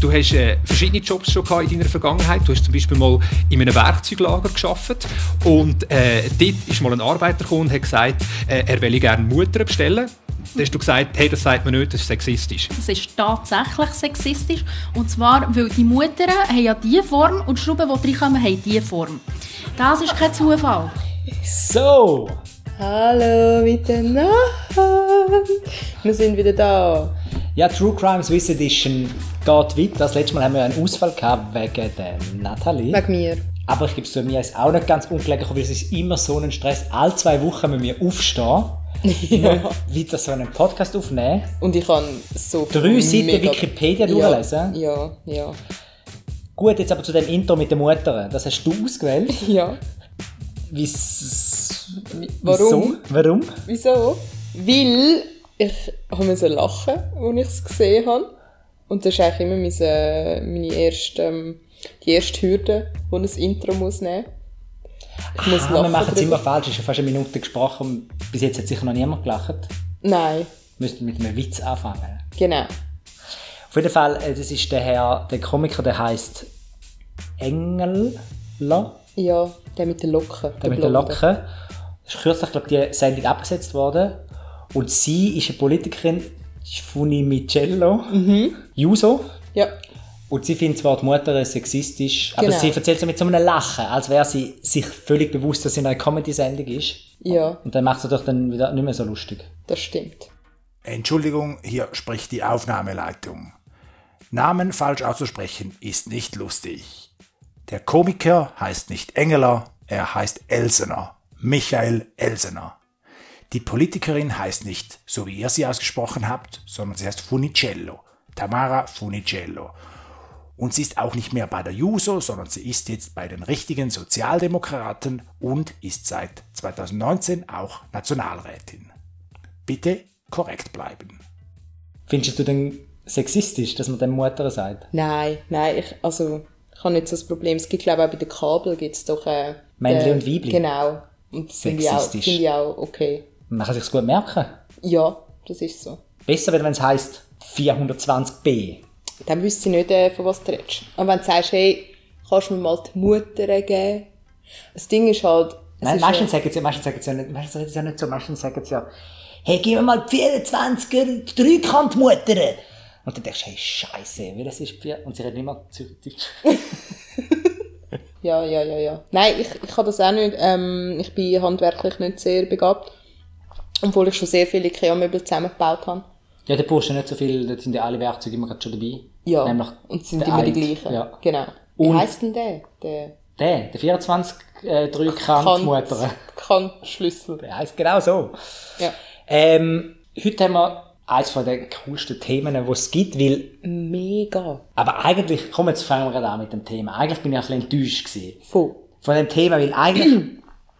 Du hast äh, verschiedene Jobs schon gehabt in deiner Vergangenheit. Du hast zum Beispiel mal in einem Werkzeuglager geschafft und äh, dort ist mal ein Arbeiter gekommen und hat gesagt, äh, er will gerne Mutter bestellen. Dann hast du gesagt, hey, das sagt man nicht, das ist sexistisch. Das ist tatsächlich sexistisch. Und zwar, weil die Muttern haben ja diese Form und die Schrauben, die reinkommen, haben diese Form. Das ist kein Zufall. So, Hallo miteinander! Wir sind wieder da. ja, True Crime Swiss Edition geht weit. Das letzte Mal haben wir einen Ausfall gehabt wegen der Nathalie. Wegen mir. Aber ich gebe es zu, mir ist auch nicht ganz ungelegen, gekommen, weil es ist immer so ein Stress. Alle zwei Wochen müssen wir aufstehen, Ja. weiter so einen Podcast aufnehmen. Und ich habe so Drei Seiten Wikipedia durchlesen? Ja, ja, Gut, jetzt aber zu dem Intro mit der Mutter. Das hast du ausgewählt. ja. ja. Wies- Warum? Wieso? Warum? Wieso? Weil ich habe müssen lachen, als ich es gesehen habe. Und das ist eigentlich immer meine, meine erste, ähm, die erste Hürde, die ein Intro muss nehmen muss. Ich muss Ah, wir machen es drüber. immer falsch. Es ist schon fast eine Minute gesprochen. Bis jetzt hat sicher noch niemand gelacht. Nein, Wir müssten mit einem Witz anfangen. genau. Auf jeden Fall, äh, das ist der Herr, der Komiker, der heißt Engeler, Ja, der mit den Locken. der mit der Blonden. Locke. Es ist kürzlich, glaube ich, die Sendung abgesetzt worden. Und sie ist eine Politikerin, ist Funi Michello, Juso. Ja, Und sie findet zwar die Mutter sexistisch, aber Genau. sie erzählt so mit so einem Lachen, als wäre sie sich völlig bewusst, dass sie in einer Comedy-Sendung ist. ja, Und dann macht sie doch dann wieder nicht mehr so lustig. das stimmt. Entschuldigung, hier spricht die Aufnahmeleitung. Namen falsch auszusprechen ist nicht lustig. Der Komiker heißt nicht Engeler, er heißt Elsener. Michael Elsener. Die Politikerin heißt nicht, so wie ihr sie ausgesprochen habt, sondern sie heißt Funicello. Tamara Funicello. Und sie ist auch nicht mehr bei der Juso, sondern sie ist jetzt bei den richtigen Sozialdemokraten und ist seit 2019 auch Nationalrätin. Bitte korrekt bleiben. Findest du denn sexistisch, dass man dem Mutter sagt? Nein, nein, ich, also, ich habe nicht so das Problem. Es gibt, glaube ich, auch bei den Kabel gibt es doch... Äh, Männli äh, und Weibli. Genau. Und das finde ich, auch- Sexistisch. finde ich auch okay. Man kann sich's gut merken. Ja, das ist so. Besser, wenn es heisst 420b. Dann wüsste sie nicht, äh, von was du redest. Und wenn du sagst, hey, kannst du mir mal die Mutter geben? Das Ding ist halt... es Nein, ist meistens ja, sagen sie, meistens sagen sie ja nicht, meistens sagen sie ja nicht so, meistens sagen sie ja, hey, gib mir mal die 24er Dreikantmutter. Und dann denkst du, hey, Scheiße, wie das ist vier. Und sie reden immer Zürich. ja, ja, ja, ja. Nein, ich, ich kann das auch nicht. Ähm, ich bin handwerklich nicht sehr begabt. Obwohl ich schon sehr viele IKEA-Möbel zusammengebaut habe. Ja, der brauchst du nicht so viel, dort sind ja alle Werkzeuge immer gerade schon dabei. Ja, Nämlich und es sind der immer die eine. gleichen. Ja. Genau. Wie Und- heisst denn der? Der Der, der 24 äh, Dreikantmutter. Kant-Schlüssel. Der heisst genau so. Ja. Ähm, heute haben wir eines von den coolsten Themen, die es gibt, weil, Mega. aber eigentlich, komm, jetzt fangen wir gerade an mit dem Thema. Eigentlich bin ich ein bisschen enttäuscht gewesen. Voll. von dem Thema, weil eigentlich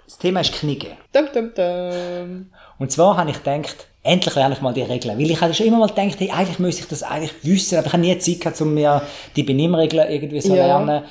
das Thema ist Knicken. Dum, dum, dum. Und zwar habe ich gedacht, endlich lerne ich mal die Regeln. Weil ich habe schon immer mal gedacht, hey, eigentlich müsste ich das eigentlich wissen, aber ich habe nie Zeit gehabt, um mir die Benimmregeln irgendwie so Ja. lernen.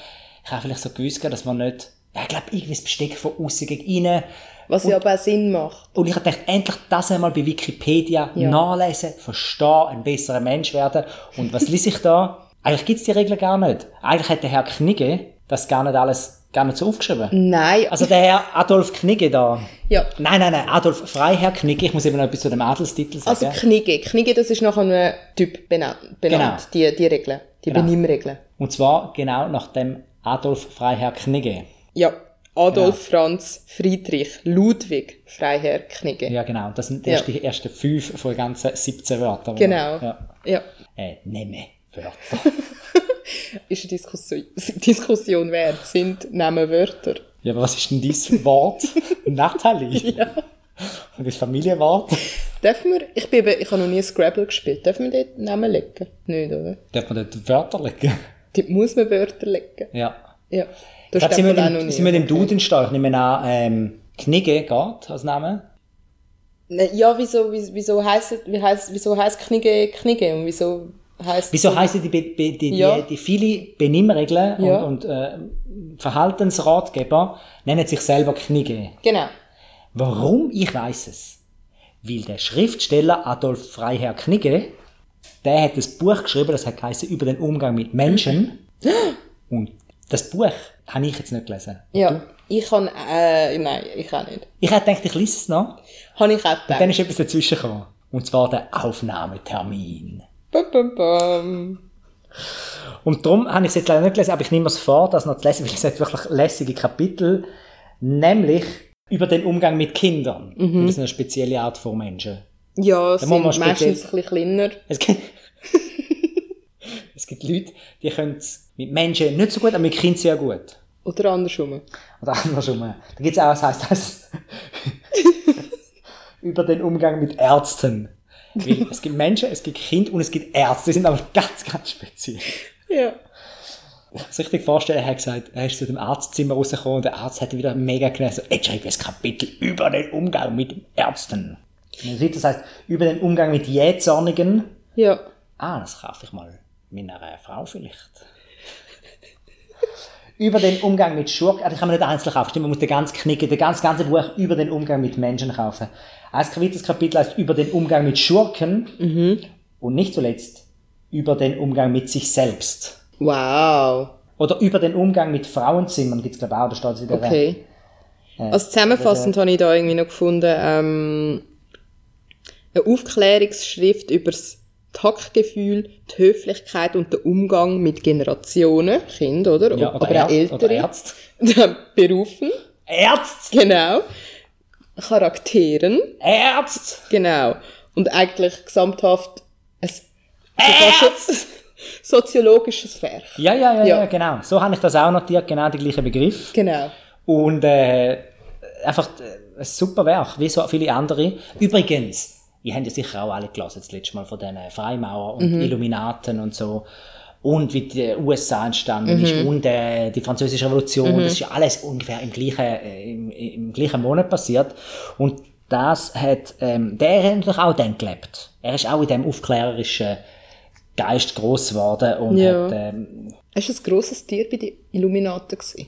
Ich habe vielleicht so gewusst, dass man nicht, ja, ich glaube, irgendwie das Besteck von außen gegen innen. Was ja aber auch Sinn macht. Und ich habe gedacht, endlich das einmal bei Wikipedia Ja. nachlesen, verstehen, ein besserer Mensch werden. Und was lese ich da? Eigentlich gibt es die Regeln gar nicht. Eigentlich hat der Herr Knigge das gar nicht alles, gar nicht so aufgeschrieben. Nein, Also der Herr Adolf Knigge da. Ja. Nein, nein, nein, Adolf Freiherr Knigge. Ich muss eben noch etwas zu dem Adelstitel sagen. Also Knigge. Knigge, das ist nach einem Typ benannt. benannt die, die Regeln. Die Genau. Benimmregeln. Und zwar genau nach dem Adolf Freiherr Knigge. Ja. Adolf Franz Friedrich Ludwig Freiherr Knigge. Ja, genau. Das sind Ja. erst die ersten fünf von den ganzen 17 Wörtern. die Genau. man- Ja. ja. Äh, nehme Wörter. Ist eine Diskussion, Diskussion wert. Sind Namen Wörter. ja, aber was ist denn dein Wort? Nathalie. Ja. Und das Familienwort? Dürfen wir, ich, bin, eben- ich habe noch nie Scrabble gespielt. Dürfen wir dort Namen legen? Nicht, oder? Darf man dort Wörter legen? Dort muss man Wörter legen. Ja. Ja. Ich Das glaube, sie steht müssen auch noch im- nie. sie müssen im Duden stehen. Ich nehme an, ähm, Knigge geht als Name. Ne, Ja, wieso, wieso, wieso heisst, wie heisst, wieso heisst Knigge Knigge und wieso heisst Wieso heißen die, Be- Be- die, Ja. die, die viele Benimmregeln Ja. und, und äh, Verhaltensratgeber nennen sich selber Knigge? Genau. Warum? Ich weiß es. Weil der Schriftsteller Adolf Freiherr Knigge, der hat ein Buch geschrieben, das hat heißen über den Umgang mit Menschen. Und das Buch habe ich jetzt nicht gelesen. Ja, ich kann, äh, nein, ich auch nicht. Ich hätte gedacht, ich lese es noch. Habe ich auch Dann gedacht. ist etwas dazwischen gekommen. Und zwar der Aufnahmetermin. Bum, bum, bum. Und darum habe ich es jetzt leider nicht gelesen, aber ich nehme es vor, das noch zu lesen, weil es hat wirklich lässige Kapitel, nämlich über den Umgang mit Kindern. Das ist eine spezielle Art von Menschen. Ja, es Dann muss sind man speziell- meistens ein bisschen kleiner. Es gibt, es gibt Leute, die können es mit Menschen nicht so gut, aber mit Kindern sehr gut. Oder andersrum. Oder andersrum. Da gibt es auch, was heisst das? über den Umgang mit Ärzten. Weil es gibt Menschen, es gibt Kinder und es gibt Ärzte. Die sind aber ganz, ganz speziell. Ja. es richtig vorstellen, er hat gesagt, er ist zu dem Arztzimmer rausgekommen und der Arzt hat ihn wieder mega gelesen. Jetzt schreibe ich ein Kapitel über den Umgang mit Ärzten. Und er sieht, Das heißt, über den Umgang mit Jähzornigen. Ja. Ah, das kaufe ich mal meiner äh, Frau vielleicht. über den Umgang mit Schurken. Ah, die kann man nicht einzeln kaufen. Stimmt, man muss den ganz knicken, den ganz ganze Buch über den Umgang mit Menschen kaufen. Ein weiteres Kapitel heißt über den Umgang mit Schurken. Und nicht zuletzt über den Umgang mit sich selbst. Wow. Oder über den Umgang mit Frauenzimmern gibt's glaub auch, da steht es wieder. Okay. Also zusammenfassend habe ich da irgendwie noch gefunden, ähm, eine Aufklärungsschrift über das Taktgefühl, die Höflichkeit und den Umgang mit Generationen, Kind, oder? Ja, oder aber auch Ärz- oder Ältere. Ärzte. Berufen, Ärzte! genau. Charakteren, Ärzte! genau. Und eigentlich gesamthaft ein fast soziologisches Werk. Ja, ja, ja, ja, Ja. genau. So habe ich das auch notiert, genau der gleiche Begriff. Genau. Und äh, einfach äh, ein super Werk, wie so viele andere. Übrigens, ihr habt ja sicher auch alle gelesen, das letzte Mal von den äh, Freimaurer und Illuminaten und so. Und wie die USA entstanden ist und äh, die Französische Revolution, das ist ja alles ungefähr im gleichen, äh, im, im gleichen Monat passiert. Und das hat, ähm, der hat natürlich auch dann gelebt. Er ist auch in dem aufklärerischen Geist groß geworden und Ja. hat, ähm, Hast du ein grosses Tier bei den Illuminaten gewesen?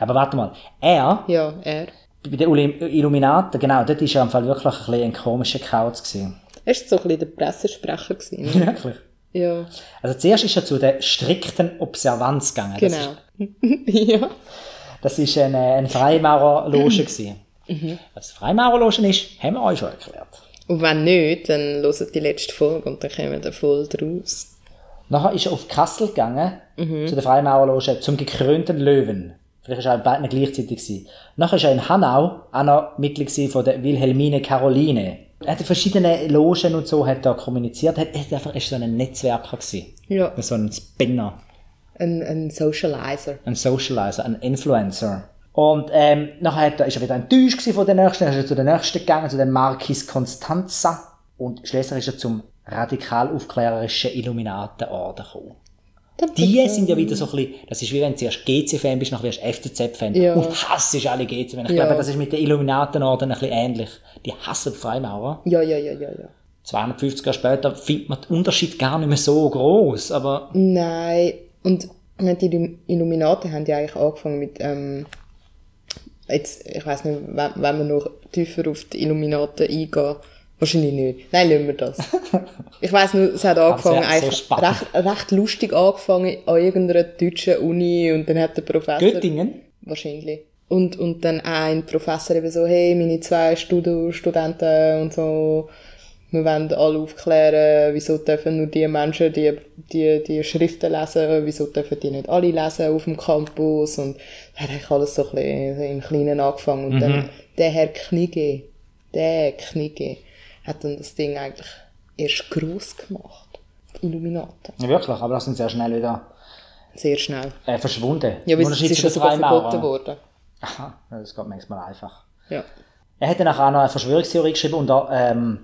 aber warte mal, er Ja, er. bei den Uli- Illuminaten, genau, dort war er am Fall wirklich ein, bisschen ein komischer Kauz. gewesen. Er war so ein bisschen der Pressesprecher. Gewesen, ne? Wirklich? ja, Also zuerst ist er zu der strikten Observanz gegangen. Das genau. ist, ja. das ist eine, eine Freimaurerloge. gewesen. Was Freimaurerloge ist, haben wir euch schon erklärt. Und wenn nicht, dann hört die letzte Folge und dann kommen wir voll draus. Nachher ist er auf Kassel gegangen, zu der Freimaurerloge, zum gekrönten Löwen. Vielleicht war er beide gleichzeitig. Gewesen. Nachher war er in Hanau, auch noch Mitglied gewesen von der Wilhelmine Caroline. Er hat in verschiedenen Logen und so hat er kommuniziert. Er hat einfach er ist so ein Netzwerker. Gewesen. Ja. So ein Spinner. Ein, ein Socializer. ein Socializer, ein Influencer. Und ähm, nachher hat er, ist er wieder enttäuscht gewesen von den Nächsten, dann ist er zu den Nächsten gegangen, zu dem Marquis Constanza. Und schließlich ist er zum radikal-aufklärerischen Illuminatenorden gekommen. Die sind ja wieder so ein bisschen, das ist wie wenn du zuerst GC-Fan bist, nachher wirst du FCZ-Fan. Ja. Und hassest alle GC-Fan. Ich Ja. glaube, das ist mit den Illuminatenorden ein bisschen ähnlich. Die hassen die Freimaurer. Ja, ja, ja, ja, ja. 250 Jahre später findet man den Unterschied gar nicht mehr so groß, aber Also- Nein. Und ich meine, die Illum- Illuminaten haben ja eigentlich angefangen mit, ähm, jetzt, ich weiß nicht, wenn, wenn wir noch tiefer auf die Illuminaten eingehen, wahrscheinlich nicht. Nein, lassen wir das. ich weiß nur, es hat angefangen, so eigentlich spannend. recht, recht lustig angefangen an irgendeiner deutschen Uni und dann hat der Professor... Göttingen? Wahrscheinlich. Und, und dann auch ein Professor eben so, hey, meine zwei Stud Studenten und so, wir wollen alle aufklären, wieso dürfen nur die Menschen die, die, die Schriften lesen, wieso dürfen die nicht alle lesen auf dem Campus und dann hat eigentlich alles so ein bisschen im Kleinen angefangen und dann der Herr Knigge, der Knigge, hat dann das Ding eigentlich erst gross gemacht. Die Illuminaten. Ja, wirklich, aber das sind sehr schnell wieder Sehr schnell. äh, verschwunden. Ja, weil es Unterschied ist zu ja den sogar Freimaurern. verboten worden. Aha, das geht manchmal einfach. Ja. Er hat dann auch noch eine Verschwörungstheorie geschrieben unter ähm,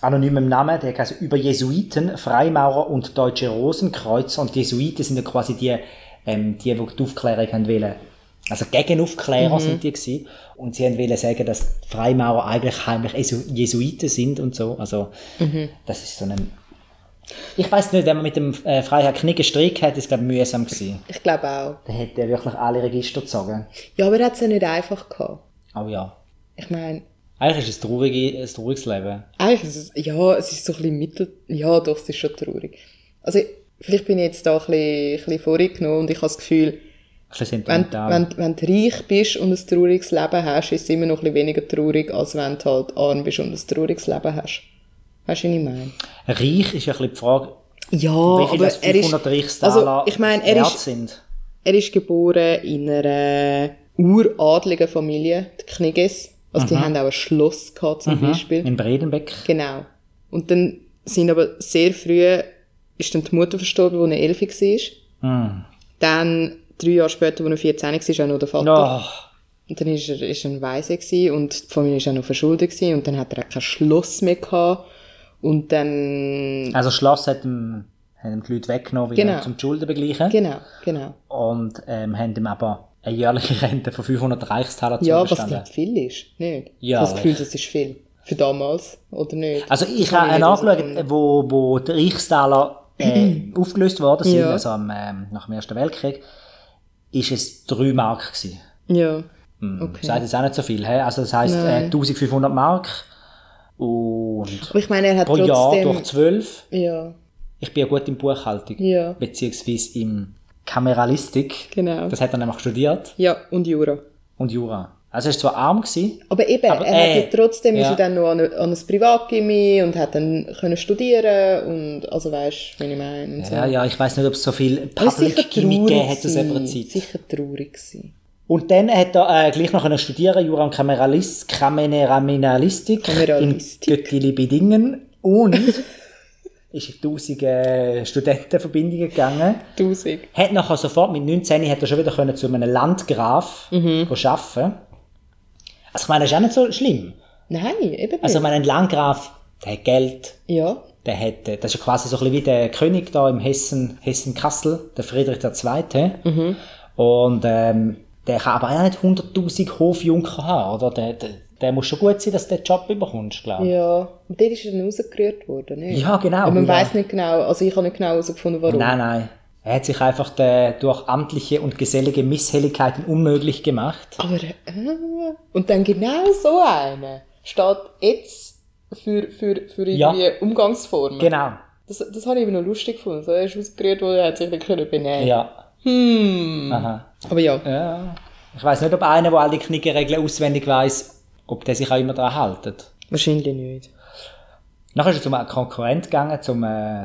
anonymem Namen, der heißt über Jesuiten, Freimaurer und deutsche Rosenkreuzer. Und die Jesuiten sind ja quasi die, ähm, die, die die Aufklärung haben wollen. Also Gegenaufklärer sind die gewesen. Und sie haben wollen sagen, dass die Freimaurer eigentlich heimlich Jesu Jesuiten sind und so. Also das ist so ein... Ich weiß nicht, wenn man mit dem äh, Freiherr Knigge Strick hat, ist glaube ich mühsam gewesen. Ich glaube auch. Da hätte er wirklich alle Register gezogen. Ja, aber er hat es ja nicht einfach gehabt. Aber Oh ja, Ich meine, Eigentlich ist es traurig, ein trauriges Leben. Eigentlich ist es, ja, es ist so ein bisschen mittel, ja, doch, es ist schon traurig. Also, vielleicht bin ich jetzt da ein bisschen, ein bisschen vorgenommen und ich habe das Gefühl, Ein bisschen wenn, sentimental. wenn, wenn du reich bist und ein trauriges Leben hast, ist es immer noch ein bisschen weniger traurig, als wenn du halt arm bist und ein trauriges Leben hast. Weißt du, was ich meine? Reich ist ja ein bisschen die Frage, Ja, welche Oh, aber das er 500 ist, reichsten also, aller ich meine, er wert ist, sind. Er ist geboren in einer uradligen Familie, die Kniges. Also die haben auch ein Schloss gehabt zum Beispiel. In Bredenbeck. Genau. Und dann sind aber sehr früh ist dann die Mutter verstorben, die eine Elfi war. Hm. Dann drei Jahre später, als er 14 war, auch noch der Vater. Oh, Und dann ist er, ist er ein Weise gewesen und die Familie war auch noch verschuldet gewesen. und dann hat er auch kein Schloss mehr gehabt. Und dann, also Schloss hat ihm, haben ihm die Leute weggenommen, wieder Genau. zum die Schulden begleichen. genau, genau. Und ähm, haben ihm aber eine jährliche Rente von 500 Reichstaler Ja, was zugestanden. glaube viel ist, nicht? Ja, ich habe das Gefühl, aber- das ist viel. Für damals, oder nicht? Also ich habe Kann einen nicht Mhm. angeschaut, wo, wo die Reichstaler äh, aufgelöst worden sind, Ja. also am, ähm, nach dem Ersten Weltkrieg, ist es 3 Mark gewesen. Ja. Okay. Sagt jetzt auch nicht so viel. He? Also das heisst äh, 1500 Mark und Aber ich meine, er hat pro Jahr trotzdem... durch 12. ja, Ich bin ja gut in Buchhaltung, Ja. beziehungsweise in Kameralistik. Genau. Das hat er nämlich studiert ja, und Jura. und Jura. Also er war zwar arm, gewesen, Aber eben, Aber, er äh, hat ja trotzdem ist ja. er dann noch an, eine- an ein Privatgymnasium und hat dann können studieren und also weißt du, wie ich meine. Und so. ja, ja, ich weiß nicht, ob es so viel Aber es ist sicher Public Gimmick gegeben hat zu selber gewesen. Zeit. Sicher traurig gewesen. Und dann hat er äh, gleich noch können studieren, Jura und Kameralist, Kameralistik in Kameralistik. Göttili-Bidingen und ist in tausende Studentenverbindungen gegangen. Tausend. Hat nachher sofort, mit 19, hat er schon wieder können zu einem Landgraf mhm. arbeiten Also ich meine, das ist auch nicht so schlimm. Nein, eben nicht. Also ich meine, ein Landgraf, der hat Geld, ja, der hat, äh, das ist ja quasi so ein bisschen wie der König da im Hessen, Hessen-Kassel, der Friedrich II. Mhm. Und ähm, der kann aber auch nicht 100'000 Hofjunker haben, oder? Der, der, der muss schon gut sein, dass du den Job bekommst, glaube ich. ja. Und dort ist er dann rausgerührt worden, nicht? Ja, genau, Aber man ja. weiss nicht genau, also ich habe nicht genau herausgefunden, warum. Nein, nein. Er hat sich einfach äh, durch amtliche und gesellige Misshelligkeiten unmöglich gemacht. Aber, äh, und dann genau so eine steht jetzt für, für, für irgendwie Ja. Umgangsformen. Genau. Das, das habe ich eben noch lustig gefunden. So, er ist ausgerührt worden, er hat sich dann können benehmen. Ja. Hm. Aha. Aber ja. ja. Ich weiß nicht, ob einer, der all die Knickeregeln auswendig weiß, ob der sich auch immer daran hält. Wahrscheinlich nicht. Nachher ist er zum Konkurrent gegangen, zum äh,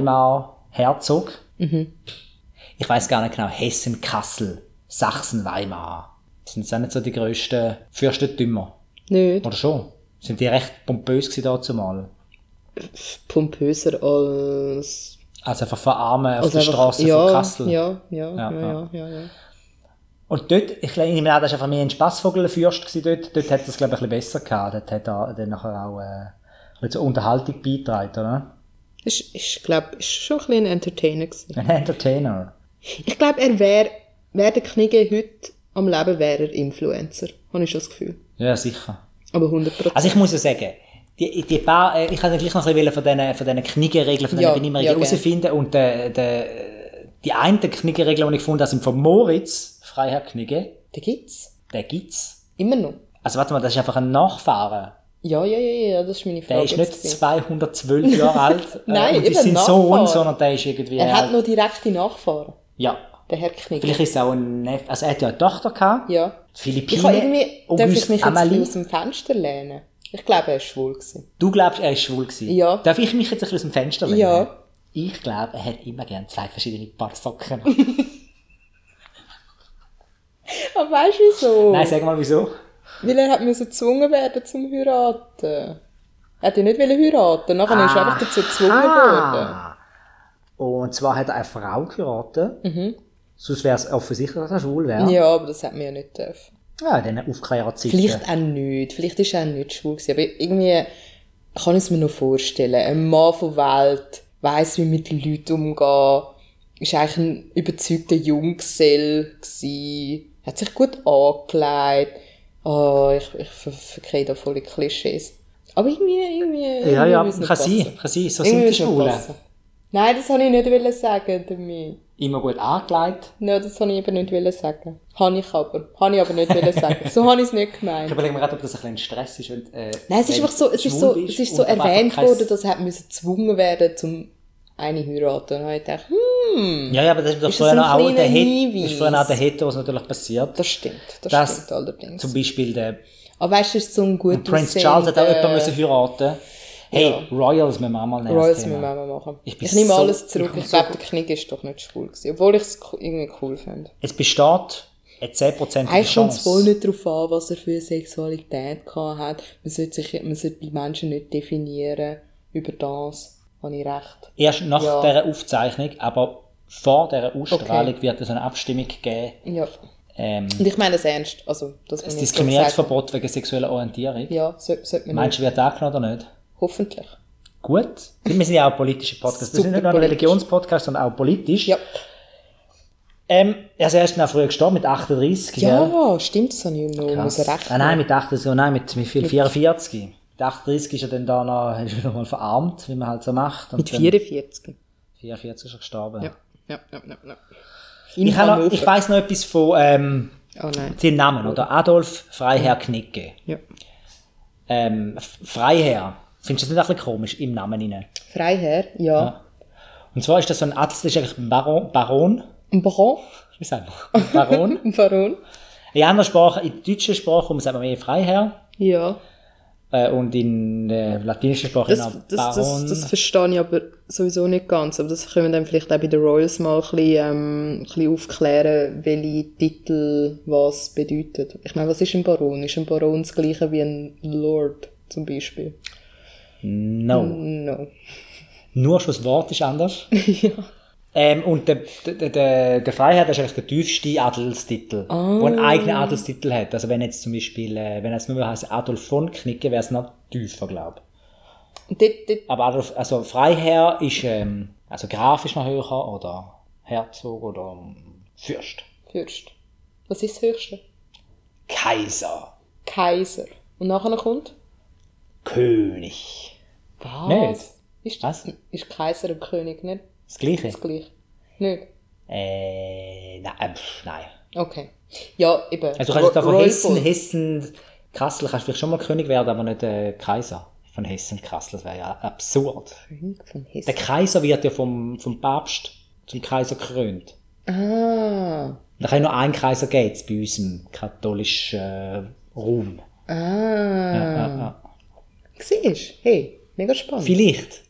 Sachsen-Weimar-Herzog. Ich weiß gar nicht genau, Hessen-Kassel, Sachsen-Weimar. Das sind jetzt auch nicht so die grössten Fürstentümer. Nicht. Oder schon? Sind die recht pompös gewesen da zumal? Pompöser als... Also einfach verarmen auf als der Straße ja, von Kassel. Ja, ja, ja, Ja, ja, ja. ja. ja, Und dort, ich nehme an, das war einfach mehr ein Spassvogelfürst gewesen dort. Dort hat er es, glaube ich, ein bisschen besser gehabt. Dort hat er dann nachher auch äh, ein bisschen zur Unterhaltung beigetragen, oder? Ist, ist, glaub, ist schon ein bisschen ein Entertainer gewesen. Ein Entertainer. Ich glaube, er wäre, wäre der Knigge heute am Leben, wäre er Influencer. Habe ich schon das Gefühl. Ja, sicher. Aber 100%. Also ich muss ja sagen, die, die paar, äh, ich wollte gleich noch ein bisschen von diesen, von diesen Kniegeregeln, von denen Ja, bin ich mir ja, ja, herausfinden. Und äh, der- die eine Kniegeregel, die ich gefunden habe, sind von Moritz, Freiherr Knigge. Den gibt's. Der gibt's. Immer noch. Also warte mal, das ist einfach ein Nachfahren. Ja, ja, ja, ja, das ist meine Frage. Der ist nicht jetzt gewesen. 212 Jahre alt äh, Nein, und eben ist sein Sohn, Nachfahren. sondern der ist irgendwie... Er hat halt- noch direkte Nachfahren, ja, der Herr Knigge. vielleicht ist es auch ein Neffe. Also er hat ja eine Tochter gehabt. Ja. Die Ich kann Philippine, irgendwie, darf Auguste ich mich jetzt ein bisschen Amalie. aus dem Fenster lehnen? Ich glaube, er ist schwul gewesen. Du glaubst, er ist schwul gewesen. Ja. Darf ich mich jetzt ein bisschen aus dem Fenster lehnen? Ja. Ich glaube, er hat immer gern zwei verschiedene Paar Socken. Oh. Aber Ah, weißt du wieso? Nein, sag mal wieso. Weil er hat müssen gezwungen werden zum heiraten. Er hat ja nicht wollen heiraten, nachher ist er einfach dazu gezwungen worden. Ah. Und zwar hat er eine Frau geheiratet. Sonst wäre es offensichtlich, dass er schwul wäre. Mhm. Ja, aber das hat man ja nicht dürfen. Ja, in diesen Aufklärerzeiten. Vielleicht auch nicht, vielleicht ist er auch nicht schwul gewesen, aber irgendwie kann ich es mir noch vorstellen. Ein Mann von Welt weiss, wie mit Leuten umgehen, ist eigentlich ein überzeugter Junggesell gewesen, hat sich gut angelegt. Oh, ich, ich ver- verkehre da voll die Klischees. Aber irgendwie, irgendwie... Ja, ja, irgendwie muss es kann noch sein, passen. kann sein. So Irgendwie sind die muss es noch Schwulen. passen. Nein, das wollte ich nicht wollen sagen damit. Immer gut angelegt. Nein, das wollte ich eben nicht wollen sagen. Habe ich aber. Habe ich aber nicht wollen sagen. So habe ich es nicht Ich gemeint. überlege mir gerade, ob das ein bisschen ein Stress ist. Wenn, äh, Nein, es ist wenn einfach so, es ist schwul so, bist es ist so und aber erwähnt einfach kein- worden, dass er hat müssen gezwungen werden zum eine heiraten. Und dann habe ich gedacht, hm, Ja, ja, aber das ist, doch Ist vorher das noch ein auch der kleiner Het- das Hinweis? ist vorher auch der Hetero, was natürlich passiert. das stimmt, das, Das- stimmt allerdings. Zum Beispiel der Aber weißt du, es ist so ein äh, guter Prince Charles hat auch jemanden müssen heiraten Hey, Royals müssen wir auch mal nehmen. als Royals Thema. müssen wir auch mal machen. Ich Ich, bin so- nehme alles zurück. ich Ich glaube, der Knick ist doch nicht schwul gewesen. Obwohl ich es irgendwie cool fand. Es besteht eine 10% Eigentlich kommt es wohl Chance. nicht darauf an, was er für eine Sexualität gehabt hat. Man sollte, sich, man sollte bei Menschen nicht definieren über das. Habe ich recht. Erst nach Ja. dieser Aufzeichnung, aber vor dieser Ausstrahlung Okay. wird es eine Abstimmung geben. Ja. Ähm, Und ich meine das ernst. Also, dass das man nicht so gesagt- Diskriminierungsverbot wegen sexueller Orientierung. Ja, sollte, sollte man Meinst du, wird angenommen oder nicht? nicht. Hoffentlich. Gut. Wir sind ja auch politische Podcasts. Wir sind nicht nur ein Superpolitisch. Religionspodcast, sondern auch politisch. Ja. Ähm, er ist erst noch früher gestorben, mit 38, gell? Ja, stimmt, das habe ich noch Krass. müssen rechnen. Ah, nein, mit 38, oh nein, mit, mit viel- 44. Mit 38 ist er dann da noch, ist er noch mal verarmt, wie man halt so macht. Und Mit dann- 44. 44 ist er gestorben. Ja, ja, ja, ja. Ah. Ich, hab noch, ich weiss noch etwas von ähm, Oh nein. seinem Namen, oder? Adolf Freiherr Knicke. Ja. Ähm, F- Freiherr. Findest du das nicht ein bisschen komisch im Namen rein? Freiherr, ja. Und zwar ist das so ein Arzt, das ist eigentlich ein Baron. Baron. Ein Baron? Wie sagt man? Baron. Ein Baron? In anderer Sprache, in der deutschen Sprache sagt man mehr Freiherr Ja. äh, und in der latinischen Sprache Das, noch das, Genau, Baron. das, das verstehe ich aber sowieso nicht ganz. Aber das können wir dann vielleicht auch bei den Royals mal ein bisschen, ähm, ein bisschen aufklären, welche Titel was bedeutet. Ich meine, was ist ein Baron? Ist ein Baron das gleiche wie ein Lord zum Beispiel? no. No. Nur schon das Wort ist anders. Ähm, und der, der, der, der Freiherr das ist eigentlich der tiefste Adelstitel, der einen eigenen Adelstitel hat. Also wenn jetzt zum Beispiel, äh, wenn jetzt nur heißt Adolf von Knicke, wäre es noch tiefer, glaube ich. Und dort, dort, Aber Adolf, also Freiherr ist, ähm, also Graf ist noch höher oder Herzog oder ähm, Fürst. Fürst. Was ist das Höchste? Kaiser. Kaiser. Und nachher kommt? König. Was? Nicht? Ist, Was? ist Kaiser und König nicht Das Gleiche. das gleiche? Nicht? Äh, nein, äh, pff, nein. Okay. Ja, eben. Also du kannst da von Royal Hessen, Bold. Hessen, Kassel kannst du vielleicht schon mal König werden, aber nicht äh, Kaiser von Hessen, Kassel. Das wäre ja absurd. König von Der Hessen. Kaiser wird ja vom, vom Papst zum Kaiser gekrönt. Ah. Da kann ja nur ein Kaiser geben jetzt bei uns im katholischen äh, Raum. Ah. Ja, ja, ja. Siehst Hey, mega spannend. Vielleicht.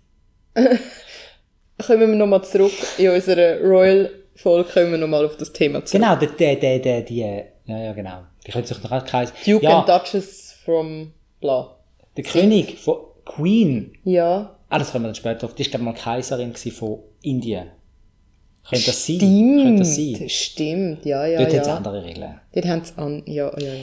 Kommen wir nochmal zurück in unserer Royal-Folge, kommen wir nochmal auf das Thema zurück. Genau, der, der, der, der, die, äh, ja, ja, genau. Die können sich noch als Kaiser. Duke Genau. ja, and Duchess from bla. der König von Queen. Ja. Ah, das kommen wir dann später auf. Die war, glaube mal Kaiserin gewesen von Indien. Könnte das sein? Könnte das sein? Stimmt, stimmt, ja, ja, Dort hat es ja. andere Regeln. Dort haben sie an, ja, ja, ja. ja.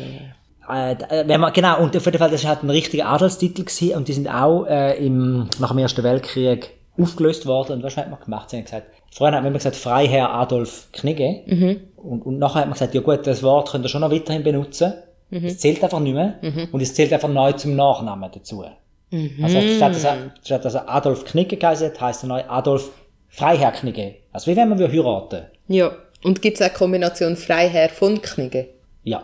Äh, d- äh, wenn man, genau, und auf jeden Fall, das war halt ein richtiger Adelstitel gewesen, und die sind auch äh, im, nach dem Ersten Weltkrieg aufgelöst worden. Und was hat man gemacht? Sie haben gesagt, vorher hat man immer gesagt, Freiherr Adolf Knigge. Und, und nachher hat man gesagt, ja gut, das Wort könnt ihr schon noch weiterhin benutzen. Es zählt einfach nicht mehr. Und es zählt einfach neu zum Nachnamen dazu. Also statt dass, er, statt dass er Adolf Knigge geheißen hat, heisst er neu Adolf Freiherr Knigge. Also wie wenn man heiraten würde. Ja. Und gibt es auch die Kombination Freiherr von Knigge? Ja.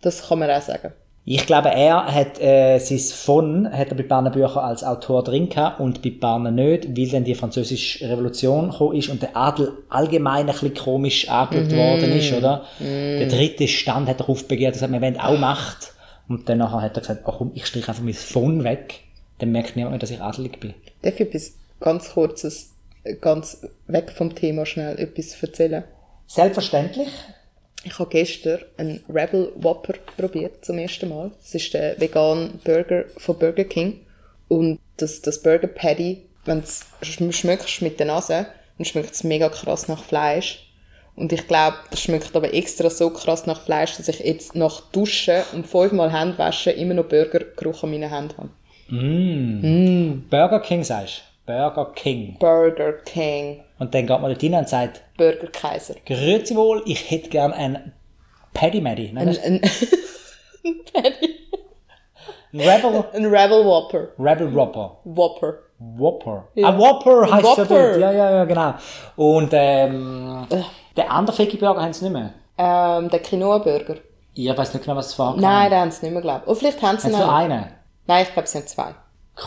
Das kann man auch sagen. Ich glaube, er hat äh, sein von hat er bei Barne Bücher als Autor drin gehabt und bei Barne nicht, weil dann die französische Revolution gekommen ist und der Adel allgemein ein bisschen komisch angeschaut worden ist, oder? Der dritte Stand hat er aufbegehrt, gesagt, wir wollen auch Macht. Und dann nachher hat er gesagt, ach komm, ich streiche einfach mein von weg, dann merkt niemand mehr, dass ich adelig bin. Darf ich etwas ganz kurzes, ganz weg vom Thema schnell etwas erzählen? Selbstverständlich. Ich habe gestern einen Rebel Whopper probiert zum ersten Mal. Das ist der vegane Burger von Burger King. Und das, das Burger Patty, wenn du es schm- schmeckst mit der Nase, dann schmeckt es mega krass nach Fleisch. Und ich glaube, das schmeckt aber extra so krass nach Fleisch, dass ich jetzt nach Duschen und fünfmal Händewaschen immer noch Burgergeruch an meinen Händen habe. Burger King sagst du. Burger King. Burger King, Und dann geht man dort rein und sagt, Burger Kaiser. grüezi wohl, ich hätte gern ein Paddy Maddy. Nein, das ist Ein, ein Rebel ein Rebel Whopper. Rebel Robber. Whopper. Whopper. Ja. Ah, Whopper heißt ja Whopper. Äh. dort. Ja, ja, ja, genau. Und ähm, den anderen Veggie-Burger haben sie nicht mehr. Ähm, der Quinoa-Burger. Ich weiß nicht genau, was es vorher Nein, den haben sie nicht mehr, glaube ich. Oh, vielleicht haben sie Haben ihn sie nur noch. einen? Nein, ich glaube, sie haben zwei.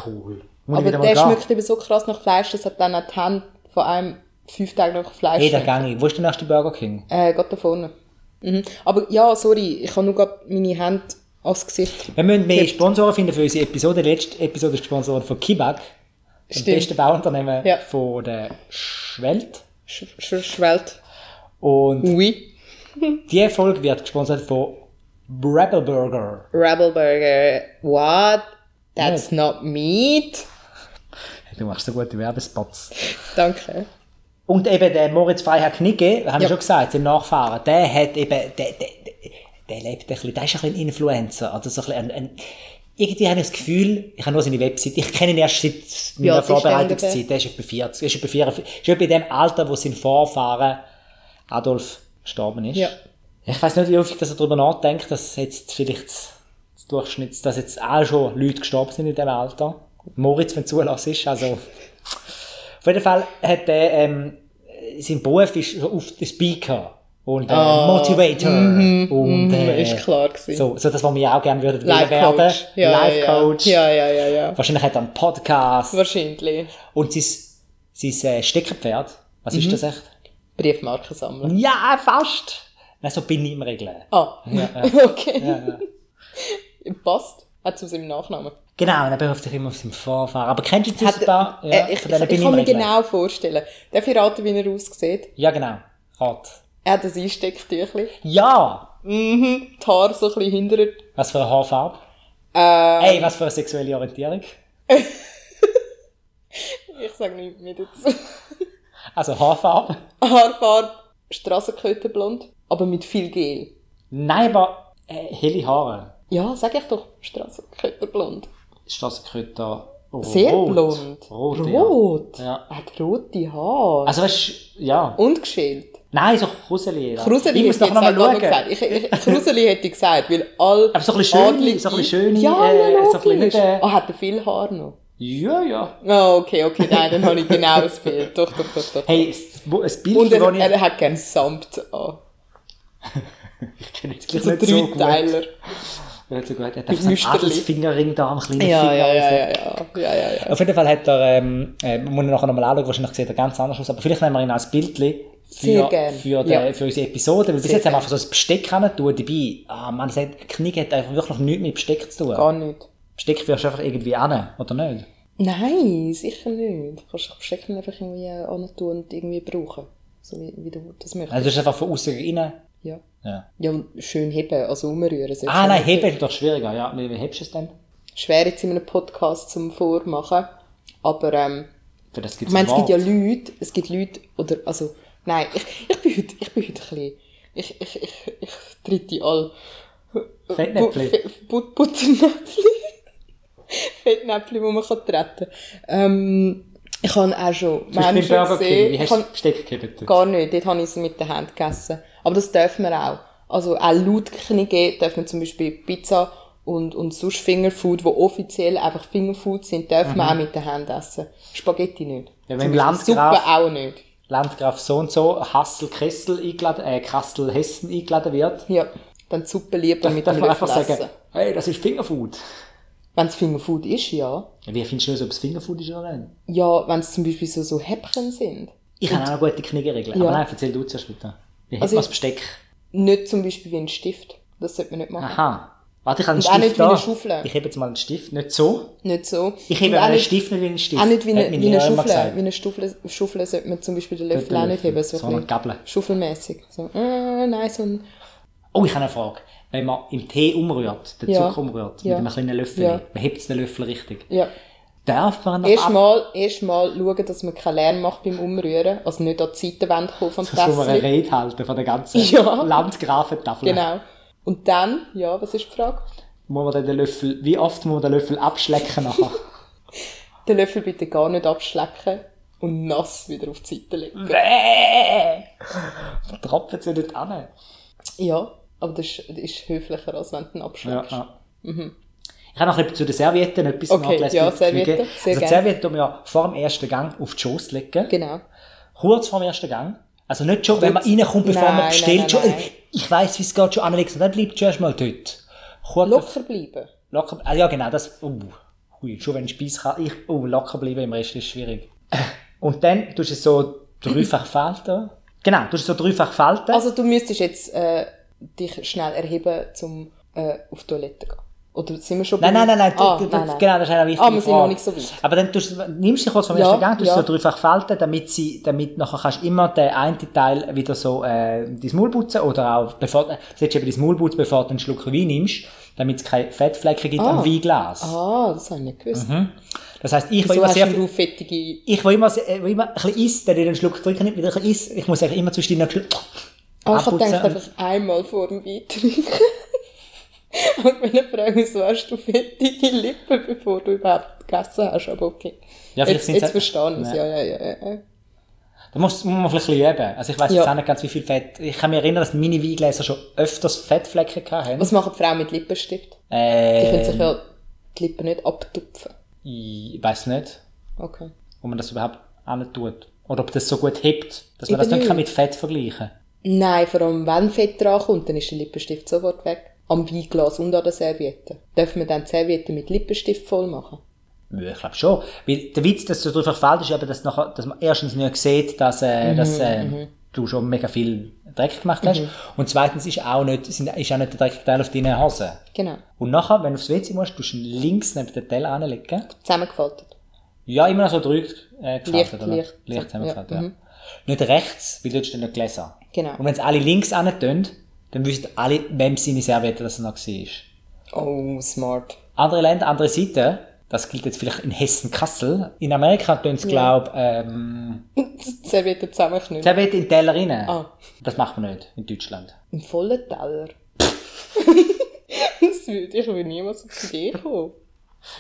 Cool. Muss ich Aber wieder mal der gehen? schmeckt eben so krass nach Fleisch, dass hat dann auch die Hand von einem fünf Tage nach Fleisch Hey, da schmeckt. gang ich. Wo ist der nächste Burger King? Äh, geht da vorne. Mhm. Aber ja, sorry, ich habe nur gerade meine Hand ans Gesicht. Wir müssen mehr Tipps. Sponsoren finden für unsere Episode. Die letzte Episode ist gesponsert von Kibak, dem Stimmt. besten Bauunternehmen Ja. von der Schwelt. Sch sch schwellt. Und Oui. die Folge wird gesponsert von Rebel Burger. Rebel Burger. What? That's not meat. Hey, Du machst so gute Werbespots. Danke. Und eben der Moritz Freiherr Knicke, haben wir Ja. schon gesagt, sein Nachfahren, der hat eben, der, der, der, der lebt ein bisschen, der ist ein bisschen ein Influencer. Oder so ein bisschen ein, ein, irgendwie habe ich das Gefühl, ich habe nur seine Webseite, ich kenne ihn erst seit meiner alt ist der Vorbereitungszeit. Der ist etwa 40, ist etwa 44, ist etwa in dem Alter, wo sein Vorfahren Adolf gestorben ist. Ja. Ich weiß nicht, wie häufig dass er darüber nachdenkt, dass jetzt vielleicht das das Durchschnitts, dass jetzt auch schon Leute gestorben sind in diesem Alter. Moritz, wenn du zulässt, ist also... Auf jeden Fall hat er, ähm, sein Beruf ist so auf der Speaker und äh, Motivator und äh, Ah, mhm, ist klar gewesen. so, so das, was wir auch gerne würden Life werden. Coach. Life Coach. Ja, ja, ja, ja. Wahrscheinlich hat er einen Podcast Wahrscheinlich. und sein, sein äh, Steckerpferd. Was Mhm. ist das echt? Briefmarken sammeln. Ja, fast. Nein, so bin ich im Regeln. Ah, okay. Ja, Passt. Hat zu seinem Nachnamen. Genau, und er beruft sich immer auf seinen Vorfahren. Aber kennst du jetzt Hat, ein paar? Ja, äh, ich von ich, denen ich, bin kann im mir Regeln. genau vorstellen. Darf ich raten, wie er aussieht? Ja, genau. Rat. Er hat ein Einstecktüchli. Mhm. Ja! Die Haare so ein bisschen hinterher. Was für eine Haarfarbe? Äh, Ey, was für eine sexuelle Orientierung? ich sage nichts mehr dazu. Also Haarfarbe? Haarfarbe, Strassenkötterblond, aber mit viel Gel. Nein, aber äh, helle Haare. Ja, sag ich doch, Strassenkötterblond. Strassenkräuter. Rot. Sehr blond. Rot, Rot. Ja. ja. Er hat rote Haare. Also weißt du, ja. Und geschält. Nein, so Kruseli. Ja. Kruseli ich muss hätte doch ich nochmal jetzt auch schauen. noch gesagt. Ich, ich, Kruseli hätte ich gesagt, weil all Aber so ein bisschen schöne, Adlige- so ein bisschen schöne, ja, äh, ja, so ein bisschen logisch. nicht, äh, Ah, hat er viel Haar noch? Ja, ja. Ah, okay, okay, nein, dann habe ich genau das Bild. Doch, doch, doch, doch. Hey, es- wo- ein Bild, Und wo er, ich... er hat gerne Samt an. ich kenne jetzt So nicht so gut. Dreiteiler. Nicht so gut. Er hat einfach so einen Müsterli. Adelsfingerring da am kleinen Ja, Finger. ja, ja, ja, ja, ja, ja, ja. Auf jeden Fall hat er, ähm, äh, muss ich nachher nochmal anschauen, wahrscheinlich sieht er ganz anders aus, aber vielleicht nehmen wir ihn als Bildchen Sehr für, gern. für, die, Ja. für unsere Episode, weil bis Sehr jetzt haben wir gern. einfach so ein Besteck rein tun, dabei, ah man, das hat, Knie hat einfach wirklich nichts mit Besteck zu tun. Gar nicht. Besteck wirst du einfach irgendwie an, oder nicht? Nein, sicher nicht. Du kannst dich verstecken einfach irgendwie äh, an tun und irgendwie brauchen. So wie, wie du das möchtest. Also du hast einfach von außen rein. Ja. Ja. Ja, und schön heben, also umrühren. sollst du Also- Ah nein, nicht. heben ist doch schwieriger, ja. Wie, wie hebst du es denn? Schwer jetzt in einem Podcast zum Vormachen, aber ähm, Für das ich gibt's meine, es ein gibt ja Wort. Leute, es gibt Leute, oder, also, nein, ich, ich bin heute, ich bin heute ein bisschen, ich, ich, ich, ich tritte all. Fettnäpfli. Bu- Fe- Bu- Butternäpfli. Fettnäpfli, die man kann treten kann. Ähm, ich habe auch schon Du bist beim Menschen Burger King, wie gesehen. Ich hast du habe, das Besteck gehebt? gar nicht, dort habe ich es mit der Hand gegessen. Aber das dürfen wir auch. Also auch laut Knige dürfen wir zum Beispiel Pizza und, und sonst Fingerfood, wo offiziell einfach Fingerfood sind, dürfen wir auch mit der Hand essen. Spaghetti nicht. Mhm. Ja, wenn Zum im Beispiel Landgraf- Suppe auch nicht. Landgraf so und so, Hassel Kessel eingeladen, äh, Kassel Hessen eingeladen wird. Ja, dann die Suppe lieber mit Darf dem man einfach Löffel sagen, essen. hey, das ist Fingerfood. Wenn es Fingerfood ist, ja. Ja, Wie findest du das, ob es Fingerfood ist oder nicht? Ja, wenn es zum Beispiel so, so Häppchen sind. Ich habe auch noch gute Kniggeregeln. Ja. Aber nein, erzähl du zuerst bitte. Wie hat Also man das ich- Besteck? Nicht zum Beispiel wie ein Stift. Das sollte man nicht machen. Aha. Warte, ich habe einen Und Stift auch nicht wie da. eine Schaufel. Ich hebe jetzt mal einen Stift, nicht so. Nicht so. Ich Und hebe auch einen nicht- Stift nicht wie einen Stift. Auch nicht wie Hat eine, mein wie eine Lehrer immer Schaufel. gesagt. Wie eine Schaufel, Schaufel sollte man zum Beispiel den Dort Löffel den auch nicht Löffel. heben. So, So ein eine bisschen Gabel. Schaufelmässig. So, äh, nein, so ein... Oh, ich habe eine Frage. Wenn man im Tee umrührt, den Ja. Zucker umrührt, Ja. mit einem kleinen Löffel, Ja. man hebt den Löffel richtig. Ja. Darf man noch ab- Erstmal erst mal schauen, dass man keinen Lärm macht beim Umrühren. Also nicht an die Seitenwände kommen vom so mal eine Tessel. Rede halten von der ganzen Ja. Landgrafentafel? Genau. Und dann, ja, was ist die Frage? Muss man dann den Löffel, wie oft muss man den Löffel abschlecken nachher? Den Löffel bitte gar nicht abschlecken und nass wieder auf die Seite legen. Bäh! Tropfen sie nicht an. Ja, aber das ist, das ist höflicher, als wenn du ihn abschleckst. Ja. Mhm. Ich habe noch ein bisschen zu den Servietten etwas Okay, ja, beizufügen. Servietten, sehr also die gerne. Servietten tun wir ja vor dem ersten Gang auf die Schoss legen. Genau. Kurz vor dem ersten Gang. Also nicht schon, wenn man Kurz- reinkommt, bevor Nein, man nein, bestellt. nein, schon, nein. äh, Ich weiss, wie es geht, schon anlegen. Und dann bleibt schon erstmal dort. Kurz Locker bleiben. Locker, ah, ja genau, das, uh, hui, schon wenn ich Speis kann, ich, oh, locker bleiben im Rest ist schwierig. Und dann tust du es so dreifach falten. Genau, tust du es so dreifach falten. Also du müsstest jetzt äh, dich schnell erheben, um äh, auf die Toilette zu gehen. Oder sind wir schon nein, bei- nein, nein, nein, ah, du- du- nein, nein. genau, das ist eine wichtige Ah, wir sind Frage. noch nicht so weit. Aber dann tust, du- nimmst du dich kurz vom Ja, ersten Gang, tust du ja. so dreifach falten, damit sie, damit nachher kannst du immer den einen Teil wieder so, äh, dein Maul putzen oder auch, bevor, äh, setzt eben dein Maul putzen, bevor du einen Schluck Wein nimmst, damit es keine Fettflecken gibt am Weinglas. Ah, das habe ich nicht gewusst. Das heisst, Mhm. ich will Wieso immer hast sehr du fettige... ich will immer, äh, will immer ein bisschen isst, dann wieder einen Schluck trinken, nicht wieder ein bisschen isst. Ich muss eigentlich immer zwischendurch noch einen Schluck Ah, ich habe abputzen gedacht, und- einfach einmal vor dem Wein trinken. Und meine Frage wieso hast du fettige Lippen, bevor du überhaupt gegessen hast? Aber okay. Ja, vielleicht jetzt sind's jetzt auch- verstehe ich es. Nein. Ja, ja, ja, ja. Da muss, muss man vielleicht ein bisschen üben. Also ich weiss Ja. jetzt auch nicht ganz, wie viel Fett. Ich kann mich erinnern, dass meine Weingläser schon öfters Fettflecken hatten. Was machen die Frauen mit Lippenstift? Die können sich Äh, ja die Lippen nicht abtupfen. ich weiss nicht, Okay. ob man das überhaupt auch nicht tut. Oder ob das so gut hebt, dass man Eben das nicht nicht. kann mit Fett vergleichen kann. Nein, vor allem wenn Fett drankommt, dann ist der Lippenstift sofort weg. Am Weinglas und an der Serviette. Dürfen wir dann die Serviette mit Lippenstift voll machen? Ja, Ich glaube schon. Weil der Witz, dass du darüber fällt, ist eben, dass, nachher, dass man erstens nicht sieht, dass, äh, dass äh, du schon mega viel Dreck gemacht hast. Und zweitens ist auch nicht, sind, ist auch nicht der Dreckteil auf deinen Hosen. Genau. Und nachher, wenn du aufs WC musst, tust du ihn links neben den Teller anlegen. Zusammengefaltet. Ja, immer noch so drückt, äh, Leicht, gefaltet, oder? leicht. Leicht zusammengefaltet, ja. Ja, mhm. Nicht rechts, weil dort stehen noch Gläser. Genau. Und wenn es alle links antun, dann wissen alle, wem seine Serviette das noch war. Oh, smart. Andere Länder, andere Seiten, das gilt jetzt vielleicht in Hessen-Kassel. In Amerika tun sie, glaub, ähm, Die Serviette zusammenknüllen. Serviette in den Teller rein. Ah. Das macht man nicht in Deutschland. Im vollen Teller. das würde ich mir niemals auf die Idee kommen.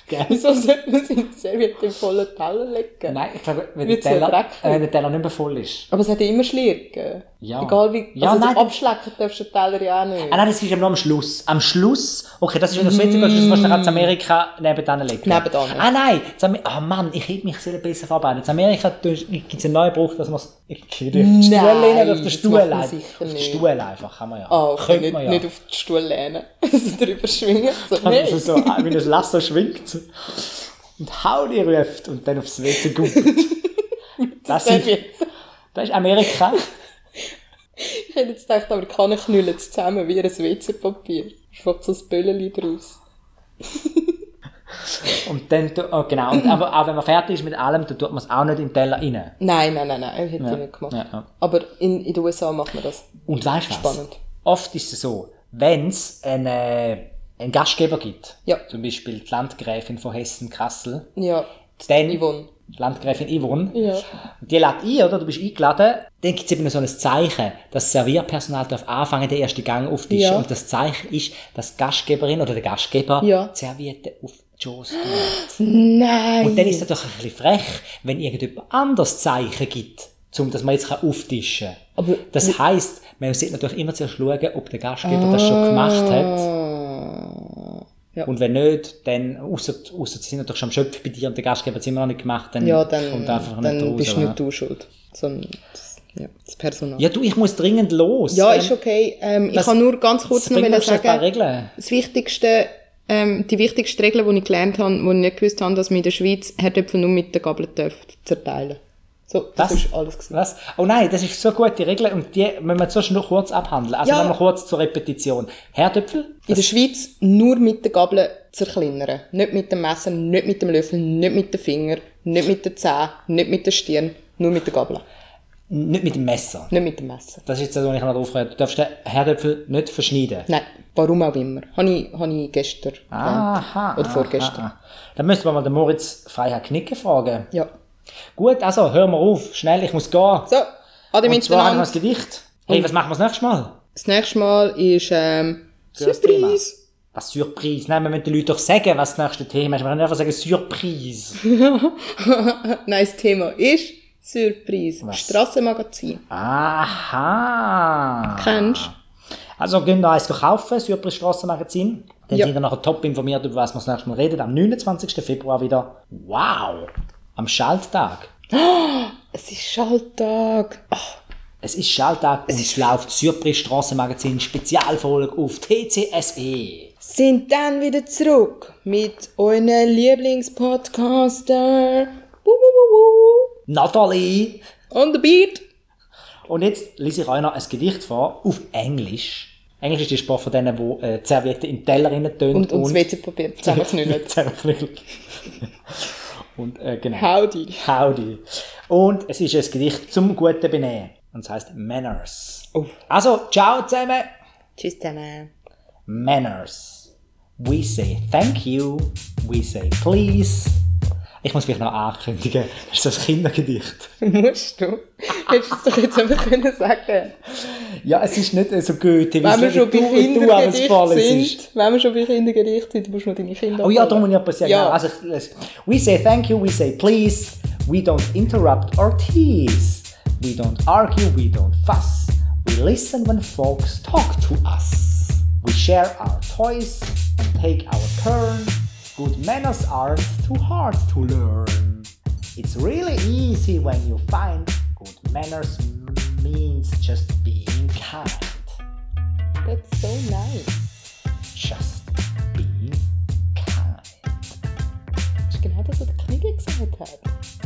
Gell? Wieso sollte man seine Serviette im vollen Teller legen? Nein, ich glaube, wenn, der Wird's so Teller, dreckig? äh, wenn der Teller nicht mehr voll ist. Aber es hat ja immer Schlirken. Ja. Egal wie... Ja, also nein. abschlecken darfst du den Teller ja auch nicht. Ah nein, das ist eben nur am Schluss. Am Schluss, okay, das ist, wenn du das Wetter gehst, das kannst du in Amerika nebenan legen. Nebenan, ja. Ah nein, ah oh Mann, ich hätte mich sehr besser vorbereitet. In Amerika gibt es einen neuen Brauch, dass man es auf die Stuhl lehnen, auf den das Stuhl macht man lehnen. Auf sicher den nicht. Stuhl einfach, kann man ja. Ah, okay, Könnte nicht, man ja. nicht auf den Stuhl lehnen. Also drüber schwingen. So, Wenn nein. es so, ah, wenn das Lasso schwingt und Howdy ruft und dann aufs WC gumpelt. das, sind, Serviette. das ist Amerika. Ich hätte jetzt gedacht, aber kann ich knüllen es zusammen wie ein WC-Papier. Schwappt so ein Böllchen draus. Und dann, tu- oh, genau, und, aber auch wenn man fertig ist mit allem, dann tut man es auch nicht in den Teller rein. Nein, nein, nein, nein, hätte ich nicht gemacht. Ja, ja. Aber in, in den USA macht man das. Und weißt du was? Spannend. Oft ist es so, wenn es einen, äh, einen Gastgeber gibt, Ja. zum Beispiel die Landgräfin von Hessen-Kassel, Ja, dann Yvonne. die Landgräfin Yvonne, Ja. Und die lädt ein, oder? Du bist eingeladen. Dann gibt es eben so ein Zeichen, dass das Servierpersonal darf anfangen, den ersten Gang auf den Tisch. Ja. Und das Zeichen ist, dass die Gastgeberin oder der Gastgeber Ja. die Serviette auf die Schoss tut. Nein! Und dann ist es doch ein bisschen frech, wenn irgendjemand anderes Zeichen gibt, um dass man jetzt kann auftischen kann. Aber- das heisst, man sollte natürlich immer zuerst schauen, ob der Gastgeber das schon gemacht hat. Ah. Und wenn nicht, dann, außer, außer sie sind natürlich schon am Schöpfen bei dir und der Gastgeber hat es immer noch nicht gemacht, dann Ja, dann, kommt einfach dann nicht raus. bist oder? nicht du schuld, sondern das, ja, das Personal. Ja, du, ich muss dringend los. Ja, Ähm, ist okay. Ähm, ich was- kann nur ganz kurz das noch bringt mal uns schon ein paar sagen, Regeln. das Wichtigste, ähm, die wichtigste Regel, die ich gelernt habe, die ich nicht gewusst habe, dass man in der Schweiz Herdöpfel nur mit der Gabel dürfen zerteilen. So, das, Was? ist alles gewesen. Was? Oh nein, das ist so gut, die Regel, und die müssen wir zuerst noch kurz abhandeln. Also Ja. nochmal kurz zur Repetition. Herdöpfel? In der Schweiz nur mit der Gabel zerkleinern. Nicht mit dem Messer, nicht mit dem Löffel, nicht mit den Fingern, nicht mit den Zähnen, nicht mit der Stirn, nur mit der Gabel. Nicht mit dem Messer. Nicht mit dem Messer. Das ist jetzt das, was ich noch drauf rede. Du darfst den Herdöpfel nicht verschneiden. Nein, warum auch immer. Habe ich, habe ich gestern Ah. gelernt. Oder vorgestern. aha. Dann müssen wir mal den Moritz Freiherr Knicke fragen. Ja. Gut, also hören wir auf. Schnell, ich muss gehen. So, ade Und zwar haben wir miteinander. das Gedicht. Hey, was machen wir das nächste Mal? Das nächste Mal ist ähm, Für das Thema. Surprise. Was Surprise? Nein, wir müssen den Leuten doch sagen, was das nächste Thema ist. Wir können nicht einfach sagen Surprise. Nein, das Thema ist Surprise. Strassenmagazin. Aha. Kennst Also gehen da eins kaufen, Südpreis Strassenmagazin. Dann Ja. sind wir nachher top informiert, über was wir das nächste Mal reden. Am 29. Februar wieder. Wow! Am Schalttag. Es ist Schalltag. Ah. Ach, Es ist Schalttag und es läuft Südpreis Strassenmagazin Spezialfolge auf TCSE. sind dann wieder zurück mit euren Lieblingspodcaster. Wuh, wuh, wuh, Natalie! wuh. On the beat. Und jetzt lese ich euch noch ein Gedicht vor, auf Englisch. Englisch ist die Sprache von denen, die äh, die Servietten in den Teller rein tönt Und, und, das WC-Papier zusammenknüllen. zusammenknüllen. und äh, genau. Howdy. Howdy. Und es ist ein Gedicht zum guten Benehmen. Und es heißt Manners. Oh. Also, ciao zusammen. Tschüss zusammen. Manners. We say thank you. We say please. Ich muss vielleicht noch ankündigen. Das ist das Kindergedicht. Musst du? Hättest du es doch jetzt einfach können sagen Ja, es ist nicht äh, so Goethe, Wenn wir es schon bei am Fall Kindergericht es sind, wenn wir schon bei Kindergericht sind, musst du noch deine Kinder Oh ja, abholen. darum muss ich etwas sagen. Ja. Ja. Also, es- we say thank you, we say please, we don't interrupt or tease, we don't argue, we don't fuss, we listen when folks talk to us, we share our toys and take our turn, good manners aren't too hard to learn. It's really easy when you find good manners m- means just being kind. That's so nice. Just being kind. Das ist genau das, was der Knigge gesagt hat.